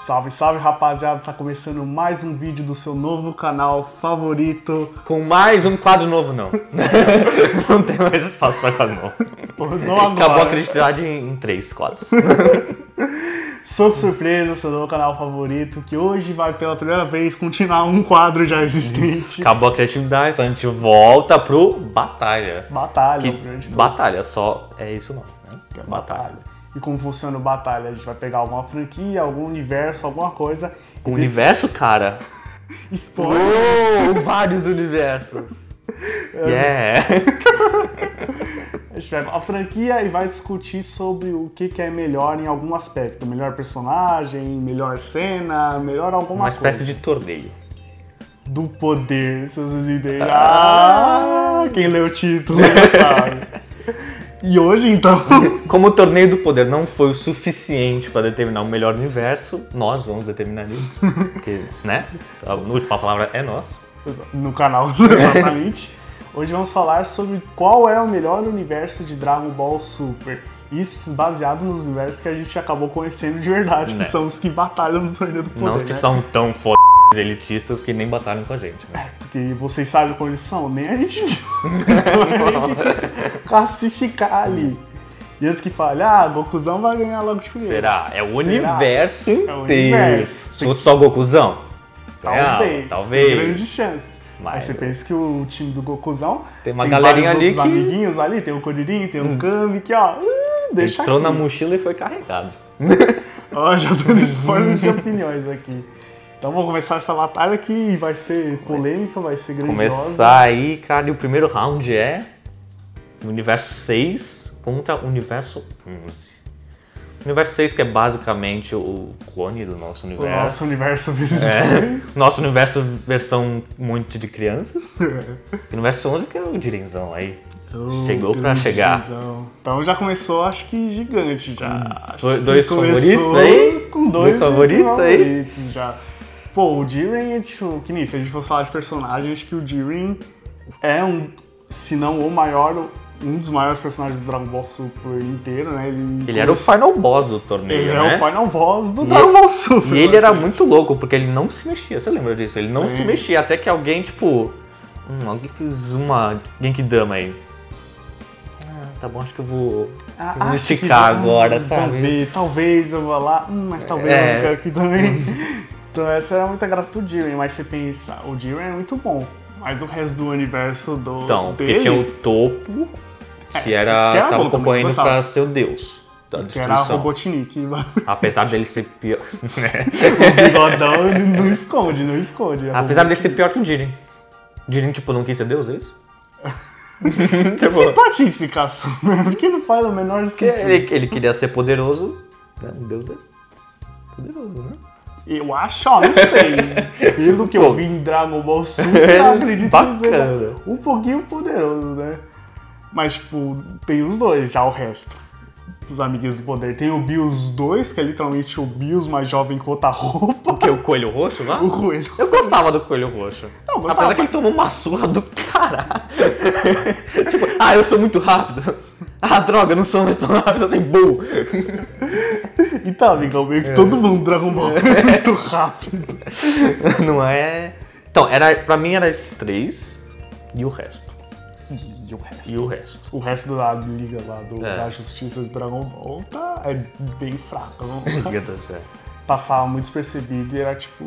Salve, salve rapaziada, tá começando mais um vídeo do seu novo canal favorito. Com mais um quadro novo, não. não tem mais espaço pra quadro novo. Pois não agora. Acabou a credibilidade em, em três quadros. Sou de surpresa, seu novo canal favorito, que hoje vai pela primeira vez continuar um quadro já existente. Acabou a criatividade, então a gente volta pro Batalha. Batalha, um Que o primeiro de todos. batalha, só é isso não. Né? É Batalha. E como funciona o Batalha? A gente vai pegar alguma franquia, algum universo, alguma coisa. Com o Um universo, cara. Spoiler. Uou, vários universos. É. Yeah. A gente pega a franquia e vai discutir sobre o que, que é melhor em algum aspecto. Melhor personagem, melhor cena, melhor alguma Uma espécie coisa. de torneio. Do poder, se vocês entenderem. Ah, quem leu o título já sabe. E hoje, então, Como o torneio do poder não foi o suficiente pra determinar o melhor universo, nós vamos determinar isso. Porque, né? A última palavra é nós. no canal, exatamente, hoje vamos falar sobre qual é o melhor universo de Dragon Ball Super. Isso baseado nos universos que a gente acabou conhecendo de verdade, Né. que são os que batalham no torneio do poder. Não os que né? são tão f elitistas que nem batalham com a gente. Né? Porque vocês sabem como eles são, nem a gente viu. Então é meio difícil classificar ali. E antes que fale, ah, Gokuzão vai ganhar logo de primeira. Será? É o Será? É universo inteiro. universo. Se fosse só Gokuzão? Talvez. Não, É, talvez. Tem grandes chances. Mas- Aí você pensa que o time do Gokuzão Tem uma galerinha vários ali outros que- Hum. amiguinhos ali, tem o Kuririn, tem o Kami, que ó, uh, deixa Entrou aqui. na mochila e foi carregado. Ó, já dando spoilers de opiniões aqui. Então vamos começar essa batalha que vai ser polêmica, vai ser grandiosa. Começar aí, cara, e o primeiro round é Universo 6 contra Universo 11. Universo 6 que é basicamente o clone do nosso O universo. nosso universo vezes É. Nosso universo versão um monte de crianças. dois. Universo 11 que é o Direnzão aí. Oh, Chegou pra grande chegar. divisão. Então já começou, acho que gigante já. Já. Acho que Ah, Dois começou favoritos aí? Com dois, Dois favoritos aí? favoritos já. Pô, o Jiren é tipo, que nem se a gente fosse falar de personagem, acho que o Jiren é um, se não o maior, um dos maiores personagens do Dragon Ball Super inteiro, né? Ele, Ele era o final boss do torneio, Ele né? é o final boss do E Dragon Ball Super. E ele era basicamente. muito louco, porque ele não se mexia, você lembra disso? Ele não se Lembro. mexia, até que alguém, tipo. Hum, alguém fez uma Genkidama aí. Ah, tá bom, acho que eu vou. Ah, Vamos acho que esticar vai, agora, vamos sabe? ver, talvez eu vá lá, hum, mas talvez É. eu não quero aqui também. então essa era muita graça do Jiren, mas você pensa, o Jiren é muito bom, mas o resto do universo do Então, porque dele, É, tinha o topo, que que era. era bom tava também, concorrendo gostava. pra ser o deus da que era destruição. Robotnik, o Apesar dele ser pior. né? bigodão ele não esconde, não esconde. é Apesar dele ser pior que o Jiren. Jiren, tipo, não quis ser deus, é isso? Robotnik. Tipo, Simpatia a explicação, né? Porque não faz o menor Porque sentido. ele, ele queria ser poderoso, né? Um deus é poderoso, né? Eu acho, ó, não sei. Pelo que eu Bom. vi em Dragon Ball Super, eu acredito que seja Bacana. um pouquinho poderoso, né? Mas, tipo, tem os dois, já o resto. Os amiguinhos do poder. Tem o Bills 2, que é literalmente o Bills mais jovem com outra roupa. O que? O coelho roxo lá? O coelho. Eu gostava do Coelho Roxo. Não, gostava, Apesar que mas- ele tomou uma surra do caralho. tipo, ah, eu sou muito rápido. Ah, droga, eu não sou mais tão rápido assim, bum. Então, amigão, meio que todo mundo do Dragon Ball é muito rápido. não é... Então, era, pra mim era esses três e o resto. E o resto? E o resto. O resto da liga lá, do- É. da justiça de Dragon Ball, tá, é bem fraco. Não, Meu Deus, é. passava muito despercebido e era tipo.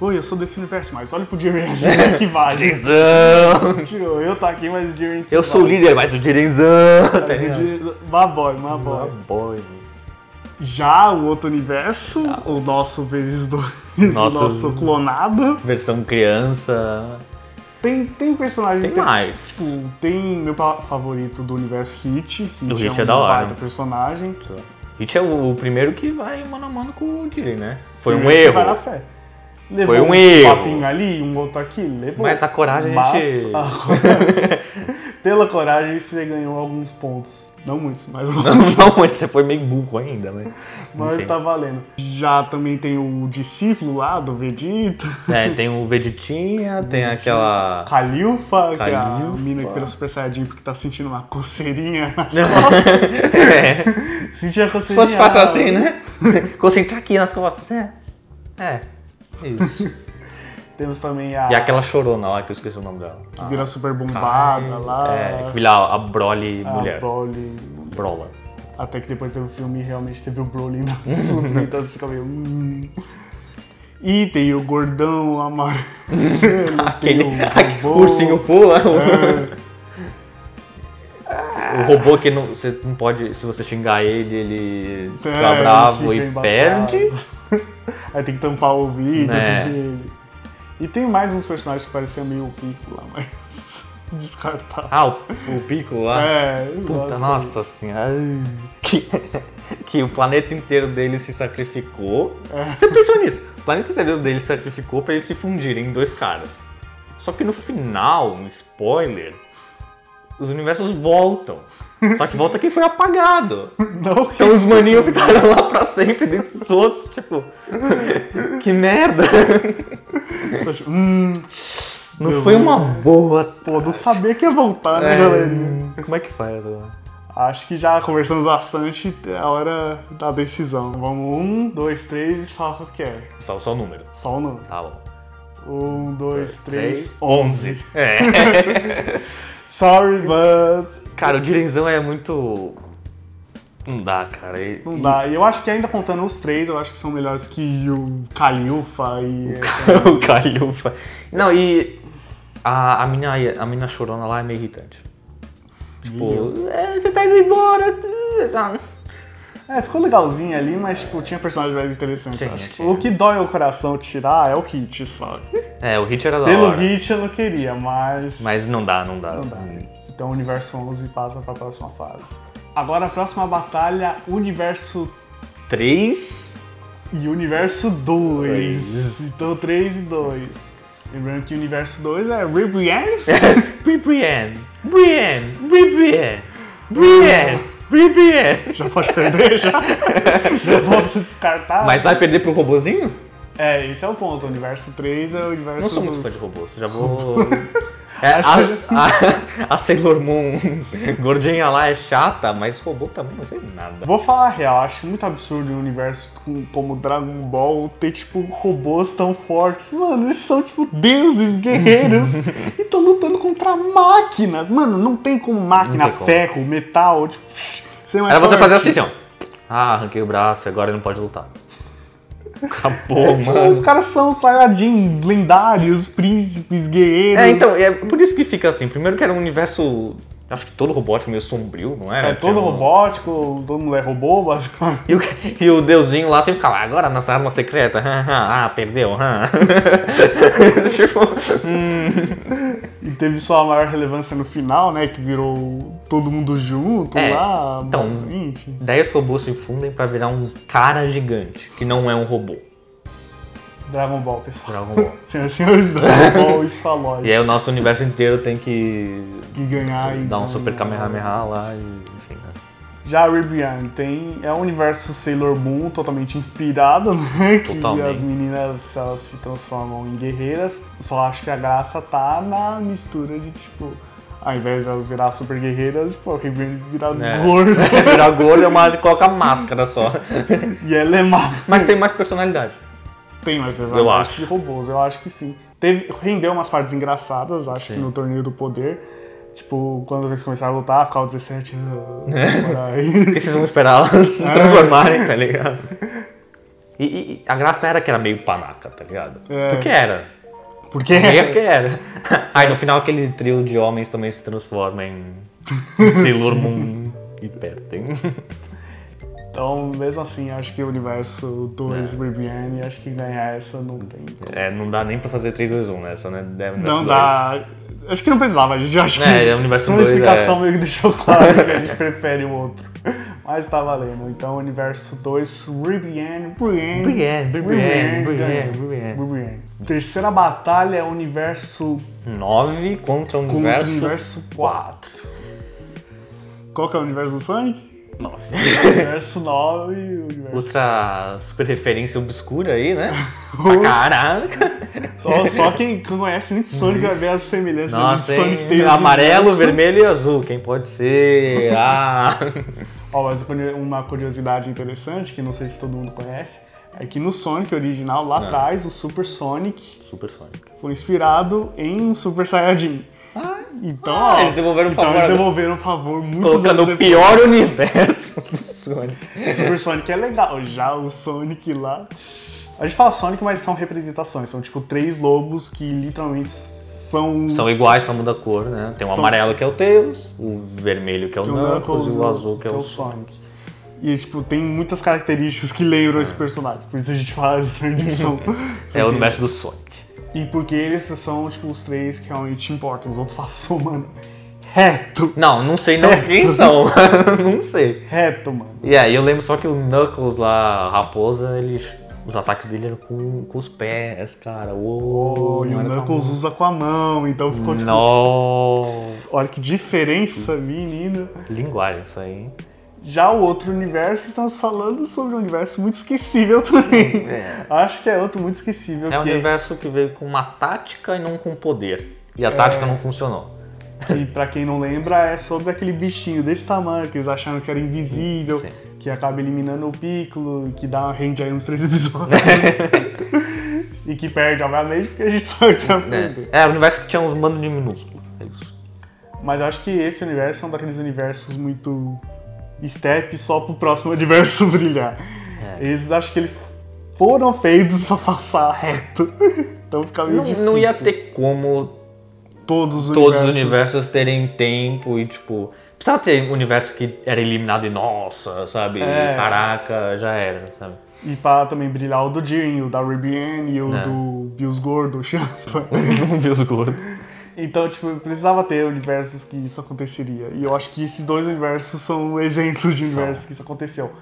Oi, eu sou desse universo, mas olha pro Jiren Jiren é que vale. Direnzão. Tirou, eu tô aqui, mas o Jiren que Eu vale. sou o líder, mas o Direnzão. Tá Mas o ligado? Jiren- Má boy, má Ah, boy. boy. Já o outro universo, o nosso vezes dois, Nosso- o nosso clonado. Versão criança. Tem, tem um personagem Tem mais. Tipo, tem meu pa- favorito do universo Hit. Hit Do Hit um é da hora. baita personagem. Hit é o o primeiro que vai mano a mano com o Jiren, né? Foi um Primeiro que vai na erro. fé. Levou Foi um uns erro. papinho ali, um outro aqui, levou. Mas a coragem a Mas gente- a- Pela coragem você ganhou alguns pontos. Não muitos, mas Não, alguns. não, você foi meio burro ainda, mas. mas enfim. tá valendo. Já também tem o discípulo lá do Vegeta, É, tem o Vegetinha, tem aquela. Califa, que é a Califa. mina que vira Super Saiyajin porque tá sentindo uma coceirinha. É, Sentia Se coceirinha. assim, né? fosse fácil assim, né? Concentrar aqui nas costas, é. É, isso. Temos também a e aquela chorona lá, que eu esqueci o nome dela. que vira super bombada lá. É, que vira a Broly a mulher. Broly. Brola. Até que depois teve o filme e realmente teve o Broly na então você fica meio. Hum. E tem o gordão amarelo. Aquele tem aquele robô. ursinho pula. É. Ah. O robô que não, você não pode, se você xingar ele, ele É, fica bravo fica e embaçado. perde. Aí tem que tampar o ouvido, Né. tem que ele. E tem mais uns personagens que pareciam meio o Pico lá, mas. descartável. Ah, o, o Pico lá. É, eu Puta, gosto. nossa senhora. Ai, Que, que o planeta inteiro dele se sacrificou. É. Você pensou nisso? O planeta inteiro dele se sacrificou pra eles se fundirem em dois caras. Só que no final, um spoiler, os universos voltam. Só que volta quem foi apagado. Não, Então os maninhos ficaram lá pra sempre dentro dos outros, tipo. Que merda! eu acho- hum, Não foi uma boa. pô, não sabia que ia voltar, né, É, galerinha? como é que faz agora? Acho que já conversamos bastante, é a hora da decisão. Vamos um, dois, três e fala qual que é. Tá, Só, só o número. Só o número. Tá bom. Um, dois, três, Três, onze. É. Sorry, but... Cara, o Direnzão é muito. Não dá, cara. E- Não e- dá. E eu acho que ainda contando os três, eu acho que são melhores que o Califa e... o Calhufa. Não, e. A, a, mina, a mina chorona lá é meio irritante. Tipo, "É, você tá indo embora. ah." É, ficou legalzinho ali, mas tipo, tinha personagens mais interessantes, Tinha, acho. tinha. O que dói o coração tirar é o Hit, só. É, o hit era da Pelo hora. Hit eu não queria, mas... Mas não dá, não dá. Não dá, né? Então o universo 11 passa pra próxima fase. Agora a próxima batalha, universo Três. e universo 2. Dois. Então 3 e 2. Lembrando que o universo 2 é Ribrienne? Bri- Brienne. Brienne. Bri- Brienne. Brienne. Bri- Brienne. Já pode perder já. Já posso descartar. Mas vai perder pro robozinho? É, esse é o ponto. O universo 3 é o universo Não sou muito dos- fã de robôs, já vou. É, a, a- a Sailor Moon gordinha lá é chata, mas robô também não sei nada. Vou falar a real, acho muito absurdo um universo com- como Dragon Ball ter, tipo, robôs tão fortes. Mano, eles são, tipo, deuses, guerreiros, e estão lutando contra máquinas. Mano, não tem como máquina, Não tem como. ferro, metal, tipo... Ser mais Era você forte. fazer assim, ó. Ah, arranquei o braço, agora ele não pode lutar. Acabou, Tipo, os mano. caras são saiyajins, lendários, príncipes, guerreiros. É, então, é por isso que fica assim. Primeiro que era um universo. Acho que todo robô é meio sombrio, não era? É todo Tinha um- robótico, todo mundo é robô, basicamente. E o, e o deusinho lá sempre ficava, agora nossa arma secreta, ah, perdeu, ah." tipo, E teve sua maior relevância no final, né? Que virou todo mundo junto É, lá, então, basicamente. 10 robôs se fundem pra virar um cara gigante, que não é um robô. Dragon Ball, pessoal. Dragon Ball. Senhoras e senhores, Dragon Ball e sua E é loja. aí o nosso universo inteiro tem que Que ganhar e dar um super ganhar. Kamehameha lá e enfim. né? Já a Ribrian tem. É um universo Sailor Moon totalmente inspirado, né? Que Totalmente. as meninas elas se transformam em guerreiras. Só acho que a graça tá na mistura de tipo. Ao invés de elas virar super guerreiras, tipo, a Ribrian virar É. gorda. Virar gordo é uma coloca máscara só. E ela é má. Mas tem mais personalidade. Tem mais personagens Eu acho. de robôs, eu acho que sim. Teve, rendeu umas partes engraçadas, acho que Sim. no torneio do poder. Tipo, quando eles começaram a lutar, ficava 17 ah, por aí. Precisam esperar elas se transformarem, tá ligado? E, e- e a graça era que era meio panaca, tá ligado? É. Porque era. Porque Meio porque era. Aí no final aquele trio de homens também se transforma em Sailor Moon e perdem. Então, mesmo assim, acho que o universo 2 Riviane, acho que ganhar essa não tem. É, não dá nem pra fazer 3, 2, 1 nessa, né? Deve Não dois. dá. Acho que não precisava, a gente acho que. É, é o universo uma dois, explicação é. meio que deixou claro que a gente prefere o outro. Mas tá valendo. Então, universo 2, Riviane, Brienne. Brienne, Brienne, Brienne, Brienne. Brienne. Terceira batalha é o universo 9 contra contra o o universo. universo 4. Qual que é o universo do Sonic? 9. universo 9 e o universo. Outra super referência obscura aí, né? Pra Caraca! Só, só quem conhece muito Sonic vai ver as semelhanças Nossa, do Sonic hein? tem os Amarelo, universos. vermelho e azul. Quem pode ser? Ah! Ó, mas uma curiosidade interessante, que não sei se todo mundo conhece, É que no Sonic original, lá É. atrás, o Super Sonic Super Sonic. foi inspirado em um Super Saiyajin. Então, Ah, ó, eles devolveram um então favor eles agora. devolveram um favor muitos Colocando anos o pior universo do Sonic. depois. Super Sonic é legal, já o Sonic lá. A gente fala Sonic, mas são representações, são tipo três lobos que literalmente são São iguais, só muda a cor, né? Tem o São- amarelo que é o Tails, o vermelho que é o que Knuckles e o azul que é o Sonic. E tipo, tem muitas características que lembram esse personagem, por isso a gente fala de tradição. É o universo do Sonic. E porque eles são, tipo, os três que realmente importam. Os outros passam, mano, reto. Não, não sei não quem são. não sei. Reto, mano. E aí eu lembro só que o Knuckles lá, a raposa, ele, os ataques dele eram com, com os pés, cara. Uou, Pô, e o tá Knuckles usa com a mão, então é ficou, tipo, Não. olha que diferença, menino. Linguagem, isso aí. hein? Já o outro universo, estamos falando sobre um universo muito esquecível também. Acho que é outro muito esquecível. É um que universo que veio com uma tática e não com poder. E a tática não funcionou. E pra quem não lembra, é sobre aquele bichinho desse tamanho que eles acharam que era invisível, Sim. que acaba eliminando o Piccolo, que dá rende aí uns três episódios. e que perde, obviamente, porque a gente sabe que vai perder. É, é o universo que tinha uns manos de minúsculo. É isso. Mas acho que esse universo é um daqueles universos muito step só pro próximo universo brilhar. É. Eles acho que eles foram feitos pra passar reto. Então fica meio Não, difícil. não ia ter como todos os todos os universos. universos terem tempo e, tipo, precisava ter um universo que era eliminado e, nossa, sabe? É. Caraca, já era, sabe? E pra também brilhar o do Jiren, o da Ruby Ann e o É. do Bills Gordo, o Champa. Um Não vi os gordos. Então, tipo, precisava ter universos que isso aconteceria. E eu acho que esses dois universos são exemplos de universos que isso aconteceu.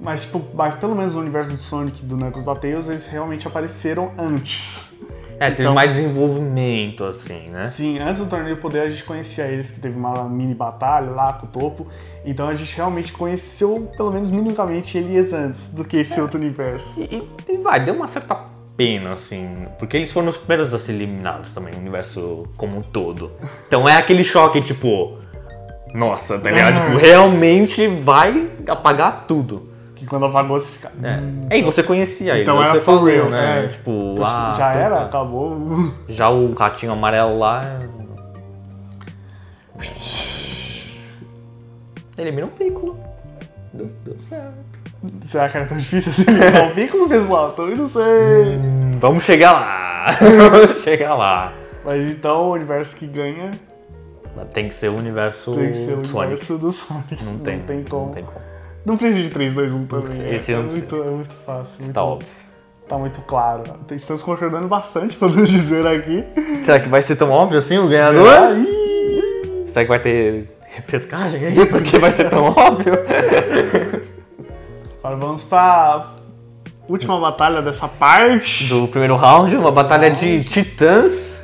Mas, tipo, mas pelo menos o universo do Sonic e do Knuckles da Tails, eles realmente apareceram antes. É, teve Então- mais desenvolvimento, assim, né? Sim, antes do Torneio do Poder a gente conhecia eles, que teve uma mini batalha lá com o topo. Então a gente realmente conheceu, pelo menos minimamente, eles antes do que É. esse outro universo. E, e- e vai, deu uma certa pena, assim, porque eles foram os primeiros a ser eliminados também, o universo como um todo. Então é aquele choque, tipo, nossa, tá ligado? Tipo, realmente vai apagar tudo. Que quando apagou, você fica... É, é e você conhecia ele, Hum. Então é o que é você for falou, real, né? é. Tipo, Então, tipo, ah, já puta. era, acabou. Já o ratinho amarelo lá. Elimina um Piccolo. Deu, deu certo. Será que era tão difícil assim? Não, vem com o pessoal, também não sei. Hum, Vamos chegar lá. Vamos chegar lá. Mas então o universo que ganha Mas tem que ser o universo tem que ser o Sonic. universo do Sonic. Não tem. Não tem Não como. tem como. Não precisa de 3, 2, 1 também. precisa, É, esse é não muito, é muito fácil. Muito, Tá óbvio. tá muito claro. Estamos concordando bastante, podemos dizer aqui. Será que vai ser tão óbvio assim o ganhador? Será? Ih! Será que vai ter repescagem aí? Porque vai ser tão óbvio? Agora vamos pra última batalha dessa parte. Do primeiro round, uma batalha de titãs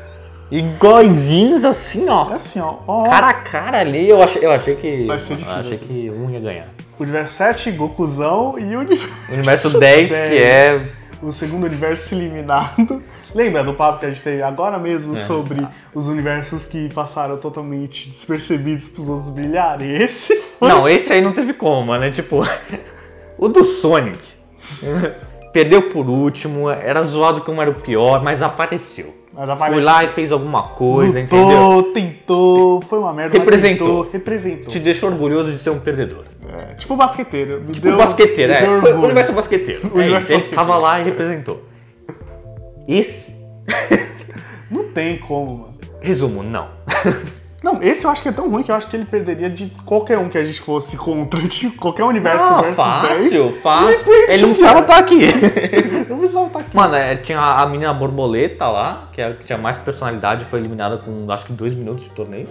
iguaizinhos assim, ó. É assim, ó. ó cara a cara ali, eu achei, eu achei que. Vai ser difícil, eu achei assim. que um ia ganhar. o universo 7, Gokuzão e o universo. O universo 10, que é. o segundo universo eliminado. Lembra do papo que a gente teve agora mesmo É. sobre os universos que passaram totalmente despercebidos pros outros brilharem? Esse foi. Não, esse aí não teve como, né? Tipo, o do Sonic. Perdeu por último, era zoado como era o pior, mas apareceu. Mas Foi apareceu, lá e fez alguma coisa, entendeu? lutou, tentou, foi uma merda. mas Representou. Tipo tentou, representou. Te deixou orgulhoso de ser um perdedor. É, tipo o basqueteiro. Me Tipo, o basqueteiro, me é. deu Foi orgulho. o universo basqueteiro. O é universo isso, ele basqueteiro. tava lá e representou. Esse, Não tem como, mano. resumo, não. Não, esse eu acho que é tão ruim que eu acho que ele perderia de qualquer um que a gente fosse contra, de qualquer universo é Ah, versus 10. fácil, fácil. perdia. Ele não precisava estar aqui. Não precisava estar aqui. Mano, é, tinha a menina borboleta lá, que, era, que tinha mais personalidade, foi eliminada com acho que dois minutos de torneio.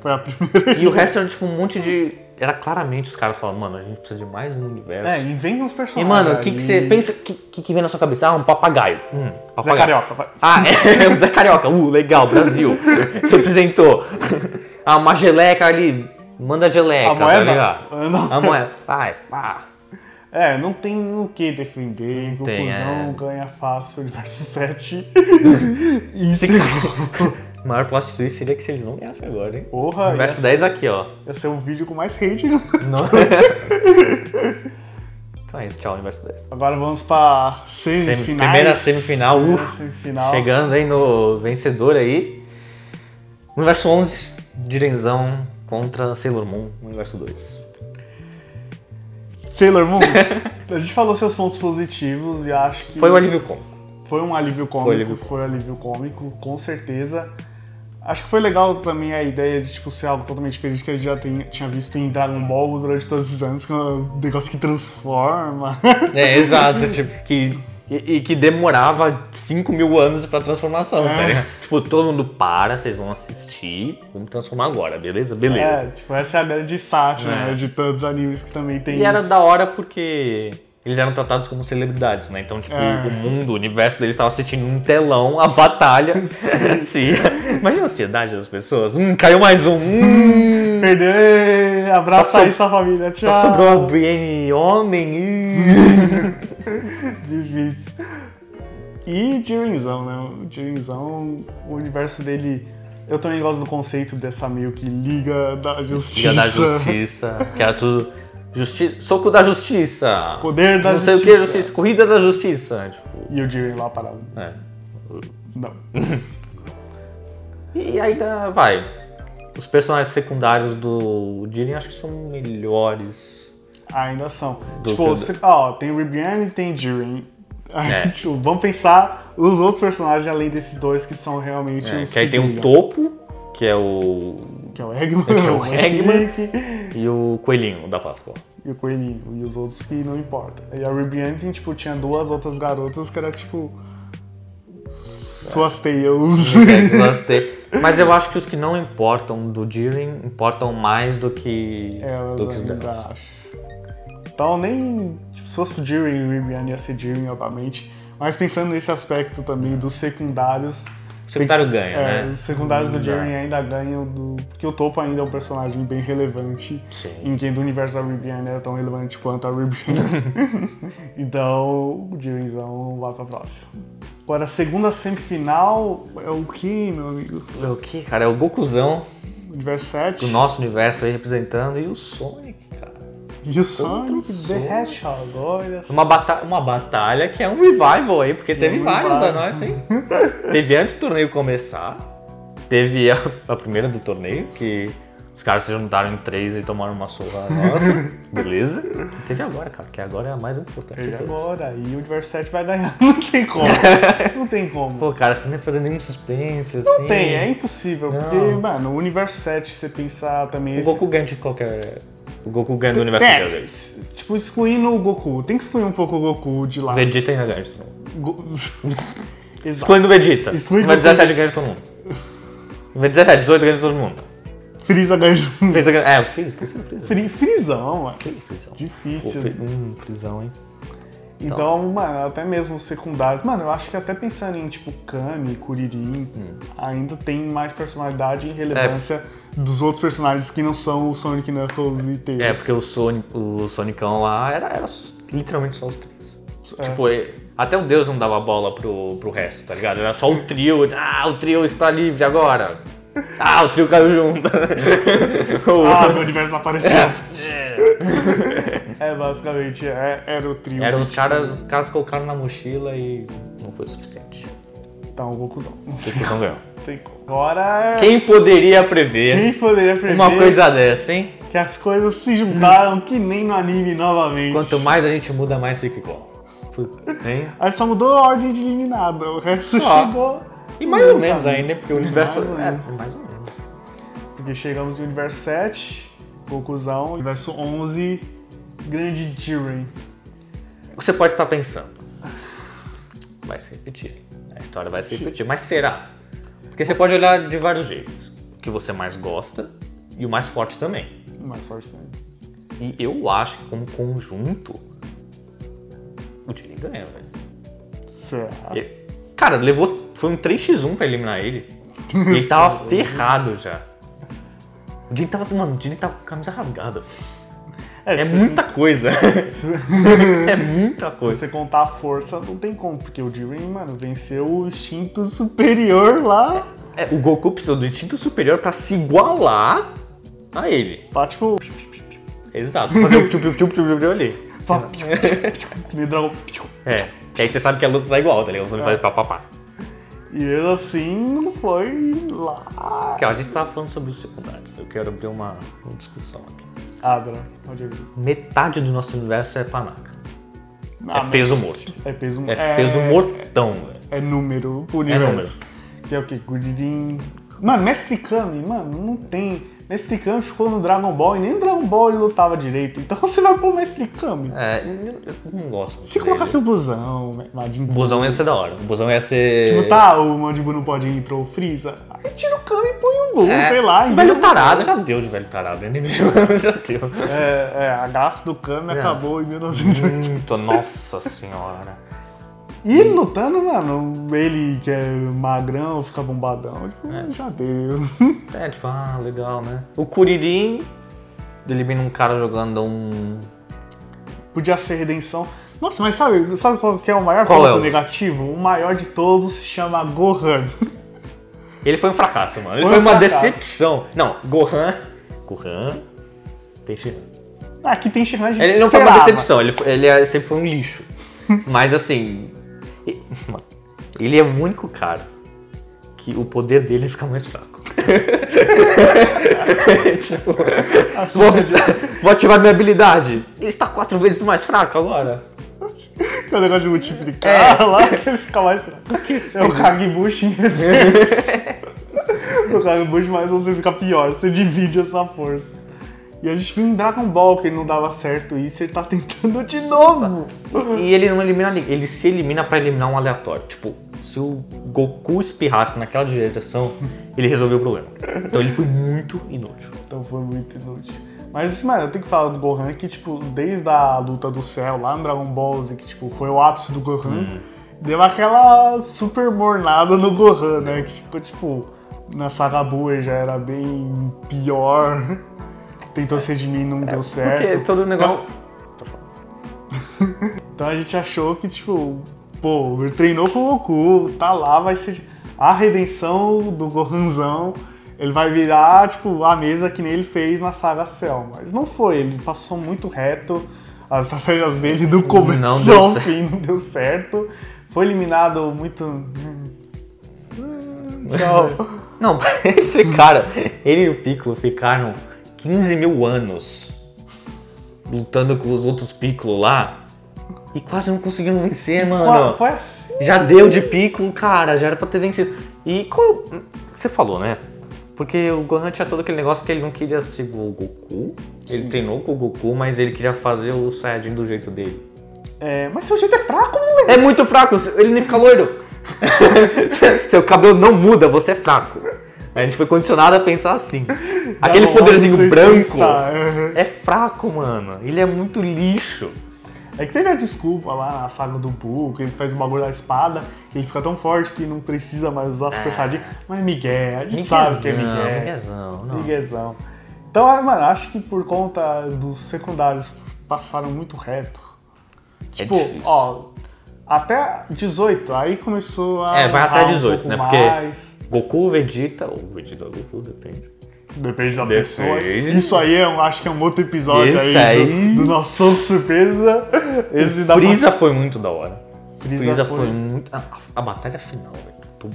Foi a primeira. E o resto era tipo um monte de. Era claramente os caras falando, mano, a gente precisa de mais um universo. É, inventa uns E, personagens. mano, o que, que você ali. pensa? O que, que, que vem na sua cabeça? Ah, um papagaio. Hum, Zé papagaio. Carioca, vai. Ah, é, o Zé Carioca. Uh, legal, Brasil. Representou. Ah, uma geleca ali. Manda geleca, A tá moeda? ligado? Ah, não. A moeda. Vai, pá. É, não tem o que defender. tem, Gokuzão é. ganha fácil universo 7. Esse cara- O maior plot twist seria que se eles não ganhassem agora, hein? Porra, ia, Verso 10 aqui, ó. ia ser o vídeo com mais hate. né? Não. Então é isso, tchau, universo 10. Agora vamos pra semifinais. Semi- primeira semifinal, Primeira uh, semifinal. Chegando aí no vencedor aí. Universo 11, Direnzão contra Sailor Moon, Universo 2. Sailor Moon, a gente falou seus pontos positivos e acho que. Foi o alívio cômico. Foi um alívio cômico, Foi foi, alívio um alívio cômico, com certeza. Acho que foi legal também a ideia de tipo, ser algo totalmente diferente que a gente já tem- tinha visto em Dragon Ball durante todos esses anos, que é um negócio que transforma. É, exato, tipo, que, e, e que demorava 5 mil anos pra transformação, tá ligado? Tipo, todo mundo para, vocês vão assistir, vamos transformar agora, beleza? Beleza. É, tipo, essa é a ideia de Sasha, É. né? De tantos animes que também tem E era isso. da hora porque eles eram tratados como celebridades, né? Então, tipo, É. o mundo, o universo deles estava assistindo num telão a batalha. Sim. Imagina a ansiedade das pessoas. Hum, caiu mais um. Hum, Perder, abraça Só aí so- sua família, tchau. só sobrou a Brienne homem. Ih. Difícil. E Jirinzão, né? O Jirinzão, o universo dele. Eu também gosto do conceito dessa meio que Liga da Justiça. Dia da Justiça. Que era tudo. Justiça, soco da Justiça. Poder da Não sei o que, Justiça. justiça. Corrida da Justiça. Tipo, E o Jiren lá parado. é. Não. E ainda vai. Os personagens secundários do Jiren acho que são melhores. Ainda são. Do tipo, que o você- ó, tem Ribrian e tem Jiren. Aí, É. tipo, vamos pensar os outros personagens além desses dois que são realmente É, os. que aí tem um brilham, topo, que é o. Que é o Eggman, que é o Monkey Eggman. Dick, E o coelhinho da Páscoa. E o Coelhinho. E os outros que não importa. E a Ribrian tem, tipo, tinha duas outras garotas que era tipo. Suas tails. É, gostei. Mas eu acho que os que não importam do Jiren importam mais do que. Elas do que os ainda delas. acho. Então nem. Tipo, se fosse o Jiren e o Ribrian ia ser Jiren, obviamente. Mas pensando nesse aspecto também dos secundários. O secundário tem que- ganha, é, né? Os secundários do Dá. Jiren ainda ganham do. Porque o Topo ainda é um personagem bem relevante. Sim. Em quem do universo da Ribrian era tão relevante quanto a Ribrian. então, o Jirenzão vai pra próxima. Agora, a segunda semifinal é o que, meu amigo? O que, cara? É o Gokuzão Universo 7 do nosso universo aí representando e o Sonic, cara. e o Sonic Sonic. the Hedgehog, olha só. Uma, bata uma batalha que é um revival aí, porque teve um vários da revival. nós, hein? teve antes do torneio começar, teve a, a primeira do torneio, que os caras se juntaram em três e tomaram uma surra nossa, beleza? E teve agora, cara, que agora é a mais importante. E de todas. agora, e o Universo 7 vai ganhar. Não tem como. Não tem como. Pô, cara, você não ia fazer nenhum suspense, assim. Não tem, é impossível. Não. Porque, mano, o Universo 7, se você pensar também. O esse- Goku ganha de qualquer... O Goku ganha do universo É, dele. s- tipo, excluindo o Goku. Tem que excluir um pouco o Goku de lá. Vegeta ainda ganha de todo mundo. Go- Exato. Excluindo o Vegeta. Exclui Número Goku. 17 ganha de todo mundo. Número 17, 18 é ganha de todo mundo. Frieza ganha de um. Frieza ganha... É, o Frieza, esqueci o Frieza. Fri- Frisão, mano. Frieza. Difícil. Hum, prisão, hein? Então, mano, até mesmo os secundários. Mano, eu acho que até pensando em, tipo, Kami, Kuririn, Hum. ainda tem mais personalidade e relevância dos outros personagens que não são o Sonic, Knuckles e Tails. É, porque o, Sonic, o Sonicão lá era, era literalmente só os três. É. Tipo, e- até o Deus não dava bola pro, pro resto, tá ligado? Era só o trio. Ah, o trio está livre agora. Ah, o trio caiu junto. Ah, O- meu universo apareceu. É, basicamente, é- era o trio. Eram os caras, os caras colocaram na mochila e não foi o suficiente. Então, o Goku não. Não O Goku ganhou. tem como. Agora, quem, Quem poderia prever poderia prever uma coisa dessa, hein? que as coisas se juntaram que nem no anime novamente? Quanto mais a gente muda, mais fica igual. Puta, Hein? Aí só mudou a ordem de eliminado, o resto Só. chegou... E mais ou Não, menos cara. ainda, porque o né? universo. ou é, menos. mais ou menos. Porque chegamos no universo 7, Gokuzão, universo 11, grande Jiren. O que você pode estar pensando? Vai se repetir. A história vai se repetir. Mas será? Porque você pode olhar de vários jeitos. O que você mais gosta e o mais forte também. Mais forte né? também. E eu acho que, como conjunto, o Jiren ganha, velho. Será? E- Cara, levou. Foi um 3x1 pra eliminar ele. E ele tava ferrado já. O Jiren tava assim, mano, o Jiren tava com a camisa rasgada. velho. É se- muita coisa. é muita Se coisa. você contar a força, não tem como, porque o Jiren, mano, venceu o instinto superior lá É, o Goku precisou do instinto superior pra se igualar a ele. pra, tipo, Exato. Fazer o tchup tchup tchup tchup tchup ali. Só tipo, que nem Dragon É. Que aí você sabe que a luta tá igual, tá ligado? É. Os universos pá, pá, pá. E ele assim não foi lá. Porque ó, a gente tava falando sobre os secundários. Eu quero abrir uma, uma discussão aqui. Abra, pode abrir. Metade do nosso universo é panaca. Ah, é mas- peso morto. É peso, É, peso mortão, velho. É número pro É universo. Que é o que? Guririn. Mano, Mestre Kami, mano, não tem. Mestre Kami ficou no Dragon Ball e nem no Dragon Ball ele lutava direito. Então você vai pôr o Mestre Kami. É, eu, eu não gosto. Se dele. colocasse um o Busão, Majin O Buu. busão ia ser da hora. O busão ia ser. Tipo, tá, o Mandibu não pode ir, entrou o Freeza. Aí tira o Kami e põe o Buu, É, sei lá. inventa Velho um- tarado, já deu de velho tarado, anime. já deu. É, é, a graça do Kami acabou em 1980. Muito, nossa senhora. E ele lutando, mano, ele que é magrão, fica bombadão. Tipo, já deu. É, tipo, ah, legal, né? O Kuririn elimina um cara jogando um. Podia ser redenção. Nossa, mas sabe, sabe qual que é o maior Qual ponto é o- negativo? O maior de todos se chama Gohan. Ele foi um fracasso, mano. Ele Foi foi, um uma fracasso. decepção. Não, Gohan. Gohan. Peixe. Aqui tem Shinran de Ele não foi uma decepção, ele, foi- ele é- sempre foi um lixo. Mas assim. e- mano, Ele é o único cara que o poder dele fica mais fraco. tipo, vou, vou ativar minha habilidade. Ele está quatro vezes mais fraco agora. Que é o negócio de multiplicar É. lá, que ele fica mais fraco. É o Kagebush em reverso. o Kagebush mais você fica pior, você divide essa força. E a gente viu em Dragon Ball que ele não dava certo isso, ele tá tentando de novo. E ele não elimina ninguém. Ele se elimina pra eliminar um aleatório. Tipo, se o Goku espirrasse naquela direção, ele resolveu o problema. Então ele foi muito inútil. Então foi muito inútil. Mas, mano, eu tenho que falar do Gohan que, tipo, desde a luta do céu lá no Dragon Ball Z, que, tipo, foi o ápice do Gohan, deu aquela super mornada no Gohan, né? Que ficou, tipo, na saga boa ele já era bem pior. Tentou se redimir e não deu certo. Porque todo negócio. Então a gente achou que, tipo, pô, ele treinou com o Goku, tá lá, vai ser a redenção do Gohanzão. Ele vai virar, tipo, a mesa que nem ele fez na saga Cell. Mas não foi, ele passou muito reto. As estratégias dele do Não começo deu ao certo. fim não deu certo. Foi eliminado muito. hum, hum, Tchau. Não, esse cara, ele e o Piccolo ficaram 15 mil anos lutando com os outros Piccolo lá e quase não conseguiram vencer, Foi- mano. Foi assim. Já deu de Piccolo, cara, já era pra ter vencido. E qual. Você falou, né? Porque o Gohan tinha todo aquele negócio que ele não queria ser o Goku. Ele treinou com o Goku, mas ele queria fazer o Saiyajin do jeito dele. É, mas seu jeito é fraco, moleque. É muito fraco, ele nem fica loiro. Se- Seu cabelo não muda, você é fraco. A gente foi condicionado a pensar assim. Aquele Não, poderzinho vamos branco pensar. é fraco, mano. Ele é muito lixo. É que teve a desculpa lá na saga do Buu, que ele faz o bagulho da espada, que ele fica tão forte que não precisa mais usar as É. pensadinhas. Mas Miguel, a gente sabe que é Miguezão, Miguel. Miguezão, não. Miguelzão. Então, ah, mano, acho que por conta dos secundários passaram muito reto. Tipo, É difícil. ó, até 18, aí começou a. É, vai até errar 18, pouco né, porque- mais. Goku, Vegeta, ou Vegeta Goku, depende. Depende da Depende. pessoa. Isso aí, é um, acho que é um outro episódio Esse aí, do- aí. Do, nosso soco surpresa. Esse da Frieza foi muito da hora. Frieza Frieza foi- foi muito. A, a- a batalha final, velho. Tô-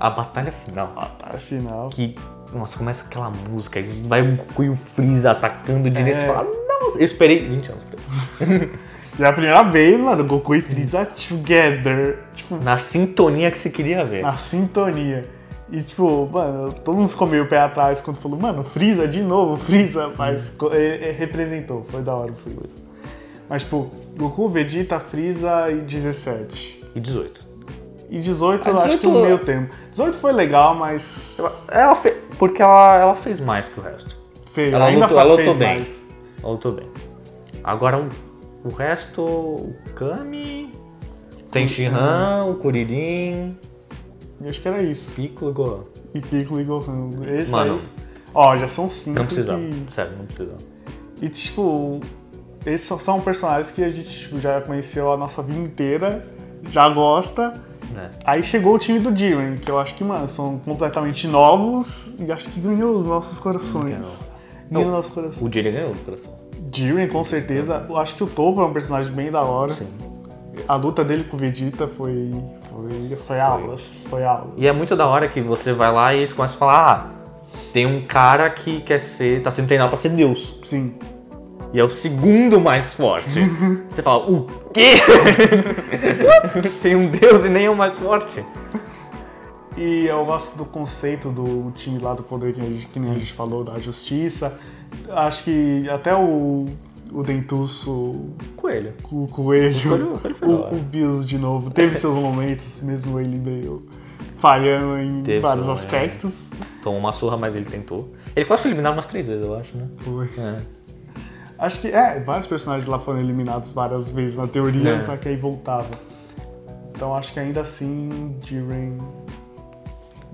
A batalha final. batalha final. Que. Nossa, começa aquela música e vai o Goku e o Freeza atacando direito. É. Você fala, nossa, eu esperei 20 anos pra isso. E a primeira vez, mano, Goku e Frieza together, tipo, Na sintonia que você queria ver. na sintonia. E tipo, mano, todo mundo ficou meio pé atrás quando falou, mano, Freeza de novo, Freeza, mas co- é- é, representou, foi da hora o Freeza. Mas tipo, Goku, Vegeta, Freeza e 17. E 18. E 18 Ah, eu acho que 18 no meio tempo. 18 foi legal, mas Ela fe... Porque ela, ela fez mais que o resto. feio. Ela Ainda lutou- ela fez lutou bem. mais. Ela lutou bem. Agora o, o resto, o Kami. Tem Shinran, o Kuririn, E acho que era isso. Piccolo e Gohan. E Piccolo e Gohan. Esse Mano. aí. Ó, já são 5 Não precisava. que... Sério, não precisava. E tipo, esses só são personagens que a gente tipo, já conheceu a nossa vida inteira, já gosta. Né? Aí chegou o time do Jiren, que eu acho que, mano, são completamente novos e acho que ganhou os nossos corações. Ganhou. Ganhou os nossos corações. é O Jiren ganhou do coração. O Jiren, com certeza. Eu acho que o Topo é um personagem bem da hora. A luta dele com o Vegeta foi. Foi, foi aulas. Foi aulas. E é muito da hora que você vai lá e eles começam a falar: ah, tem um cara que quer ser. tá sendo treinado pra ser Deus. Sim. E é o segundo mais forte. você fala, o quê? tem um Deus e nem é o mais forte. E eu gosto do conceito do time lá do poder que, a gente, que nem a gente falou, da justiça. Acho que até o, o Dentuço, Coelho. o Coelho, Coelho- Coelho foi da o, hora. o Bills de novo, teve seus momentos, mesmo ele meio falhando em Teve vários seus momentos. aspectos. Tomou uma surra, mas ele tentou. Ele quase foi eliminado umas três vezes, eu acho, né? Foi. É. Acho que, é, vários personagens lá foram eliminados várias vezes na teoria, É. só que aí voltava. Então acho que ainda assim, Jiren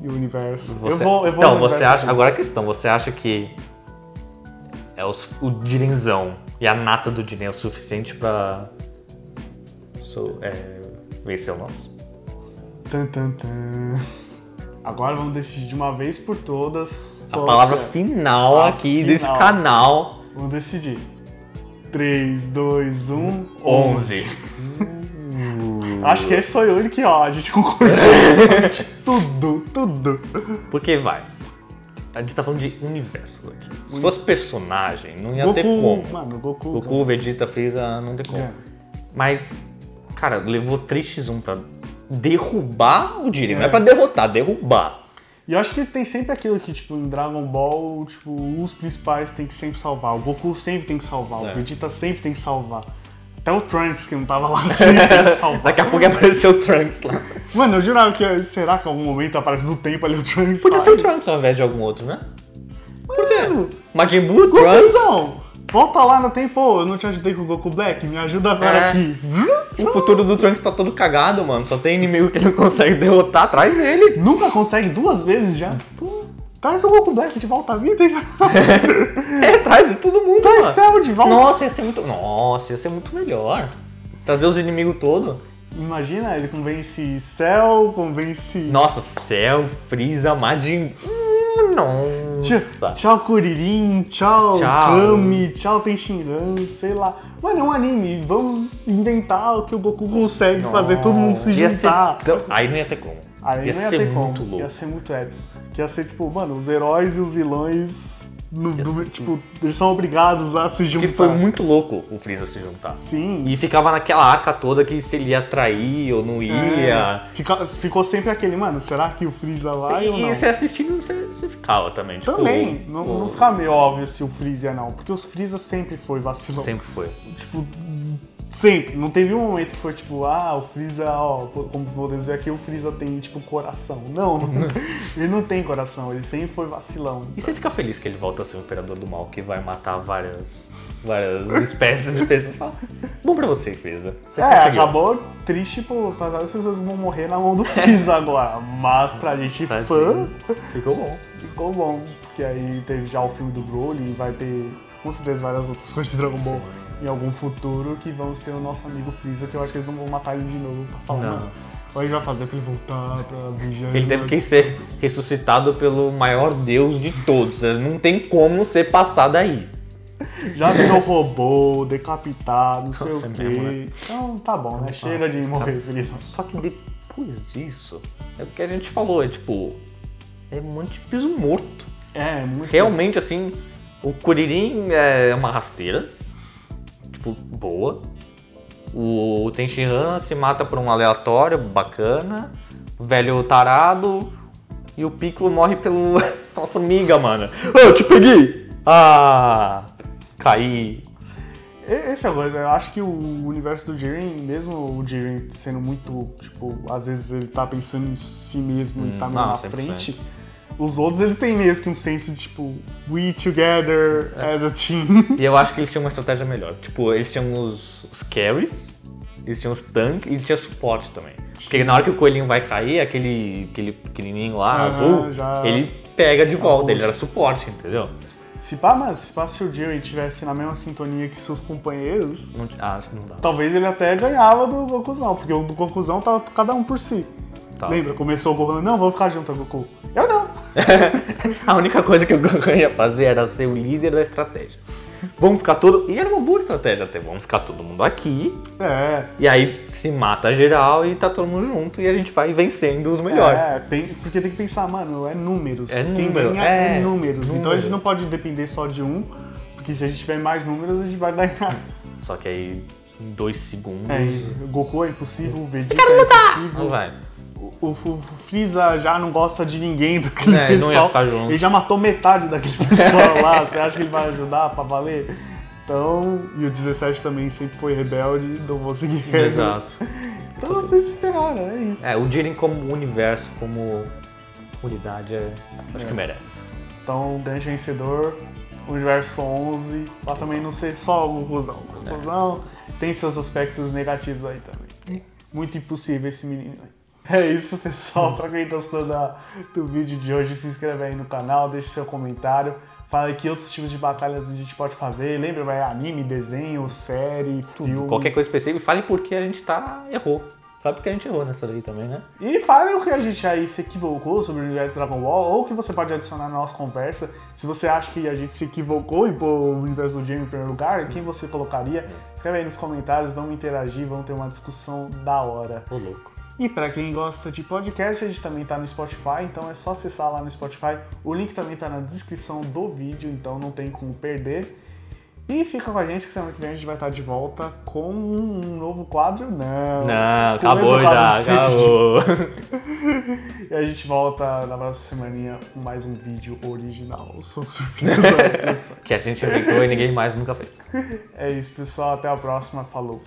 e o universo. eu Você- vou, eu vou então, no você universo acha. Agora a questão, você acha que é os- o Direnzão e a nata do Diren é o suficiente pra so, é, vencer o nosso? Tan, tan, tan. Agora vamos decidir de uma vez por todas. A qual palavra que é. final A aqui final. desse canal Vamos decidir. 3, 2, 1, 11. Acho que esse foi o único que, ó, a gente concordou de tudo, tudo. Porque vai. A gente tá falando de universo aqui. Se fosse personagem, não ia ter como. Goku, mano, Goku. Goku, Vegeta, Freeza, não tem como. É. Mas, cara, levou 3x1 pra derrubar o Jiren. Não é pra derrotar, derrubar. E eu acho que tem sempre aquilo que, tipo, em Dragon Ball, tipo, os principais tem que sempre salvar. O Goku sempre tem que salvar, É. o Vegeta sempre tem que salvar. Até o Trunks, que não tava lá, sempre tem que salvar. Daqui a pouco apareceu o Trunks lá. Mano, eu jurava que, será que em algum momento aparece no tempo ali o Trunks? Podia Fala, ser o Trunks ao invés de algum outro, né? Por quê? Mano, é Majin Buu, Trunks, Conclusão! Volta lá no tempo, "Ô, eu não te ajudei com o Goku Black, me ajuda agora É. aqui. o futuro do Trunks tá todo cagado, mano. Só tem inimigo que ele não consegue derrotar, traz ele. Nunca consegue duas vezes já. Pô, traz o Goku Black de volta à vida e já. É, traz todo mundo, Traz um. mano. Cell de volta. Nossa, ia ser muito. Nossa, ia ser muito melhor. Trazer os inimigos todos. Imagina, ele convence Cell, convence... Nossa, céu, Freeza, Majin. Hum, Nossa. Tchau, tchau Kuririn, tchau, Tchau. Kami, tchau Tenshinhan, sei lá. Mano, é um anime, vamos inventar o que o Goku consegue fazer todo mundo se Ia ser juntar. tão- Aí não ia ter como. Aí ia não ia ser ter muito como. louco. Ia ser muito épico. Que ia ser tipo, mano, os heróis e os vilões. no- do- tipo, eles são obrigados a se juntar. Porque foi muito louco o Freeza se juntar. Sim. E ficava naquela arca toda que se ele ia trair ou não ia. É, fica- ficou sempre aquele, mano, será que o Freeza vai ou E, não? e você assistindo, você, você ficava também. Tipo, Também, não, pô, não fica meio óbvio se o Freeza é não, porque os Freeza sempre foi vacilão. Sempre foi. Tipo, sempre. Não teve um momento que foi tipo, ah, o Freeza, ó, pô, como vou dizer aqui, o Freeza tem, tipo, coração. Não, ele não tem coração, ele sempre foi vacilão. E você fica feliz que ele volta a ser o Imperador do Mal, que vai matar várias, várias espécies de pessoas. Fala, Bom pra você, Freeza. Você É, conseguiu." acabou triste, pô, pra várias pessoas vão morrer na mão do Freeza agora. Mas pra gente Pra fã, Tá, Ficou bom. ficou bom. Porque aí teve já o filme do Broly e vai ter, com certeza, várias outras coisas de Dragon Ball em algum futuro que vamos ter o nosso amigo Freeza, que eu acho que eles não vão matar ele de novo pra falar, Não. mano. Ou a gente vai fazer pra ele voltar pra né? vigiar. Ele teve que ser ressuscitado pelo maior deus de todos. né? Não tem como ser passado aí. Já virou robô, decapitado, não sei Nossa, o é quê. mesmo, né? Então tá bom, né? Chega de morrer, Freeza. Só que depois disso, é o que a gente falou, é tipo. É um monte de piso morto. É, muito Realmente, assim, o Kuririn é uma rasteira. Tipo, boa. O Tenshinhan se mata por um aleatório, bacana. O velho tarado. E o Piccolo morre pelo, pela formiga, mano. Ô, eu te peguei! Ah! Caí. E- Esse é o lance, eu acho que o universo do Jiren, mesmo o Jiren sendo muito, tipo, às vezes ele tá pensando em si mesmo e tá meio Hum, não, na 100%. frente, os outros ele tem mesmo que um senso de, tipo, we together É. as a team. E eu acho que eles tinham uma estratégia melhor. Tipo, eles tinham os, os carries, eles tinham os tanques e tinha suporte também. Porque na hora que o coelhinho vai cair, aquele, aquele pequenininho Aham, lá, azul, já- ele pega de volta, puxa. ele era suporte, entendeu? Se pá, mano, se pá, se o Jiren tivesse na mesma sintonia que seus companheiros, Não, ti- ah, acho que não dá. talvez ele até ganhava do Gokuzão, porque o do Gokuzão tava cada um por si. Tá. Lembra? Começou o Gohan, não, vou ficar junto ao Goku. Eu não. A única coisa que o Gohan ia fazer era ser o líder da estratégia. Vamos ficar todo. E era uma boa estratégia até. Vamos ficar todo mundo aqui. É, E aí se mata geral e tá todo mundo junto. E a gente vai vencendo os melhores. É, pen- porque tem que pensar, mano, é números. É Quem número, ganha é, números. Então a número. gente não pode depender só de um, porque se a gente tiver mais números, a gente vai ganhar. Só que aí, em dois segundos. É, Goku é impossível, Vegeta é impossível. Não vai. O, o Fu- o Freeza já não gosta de ninguém daquele É, não ia pessoal. ficar junto. Ele já matou metade daquele pessoal lá. Você acha que ele vai ajudar pra valer? Então, e o 17 também sempre foi rebelde, não vou seguir ele. Exato. Então vocês se ferraram, é isso. É, o Jiren como universo, como unidade, é- acho que merece. Então, grande vencedor, Universo 11, pra também não ser só o Gokuzão. O Gokuzão tem seus aspectos negativos aí também. Muito impossível esse menino aí. É isso, pessoal. Pra quem gostou da- do vídeo de hoje, se inscreve aí no canal, deixe seu comentário. Fala aí que outros tipos de batalhas a gente pode fazer. Lembra, vai anime, desenho, série, filme. Qualquer coisa específica, fale por que a gente tá errou. Fale porque a gente errou nessa daí também, né? E fale o que a gente aí se equivocou sobre o universo Dragon Ball, ou o que você pode adicionar na nossa conversa. Se você acha que a gente se equivocou e pôr o universo do Jamie em primeiro lugar, quem você colocaria? Escreve aí nos comentários, vamos interagir, vamos ter uma discussão da hora. Ô louco. E pra quem gosta de podcast, a gente também tá no Spotify, então é só acessar lá no Spotify. O link também tá na descrição do vídeo, então não tem como perder. E fica com a gente que semana que vem a gente vai estar de volta com um novo quadro. Não. Não, Com o mesmo acabou já, quadro de sempre. acabou. E a gente volta na próxima semaninha com mais um vídeo original sobre surpresa. que a gente inventou e ninguém mais nunca fez. é isso, pessoal. Até a próxima. Falou.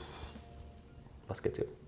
Basqueteiro.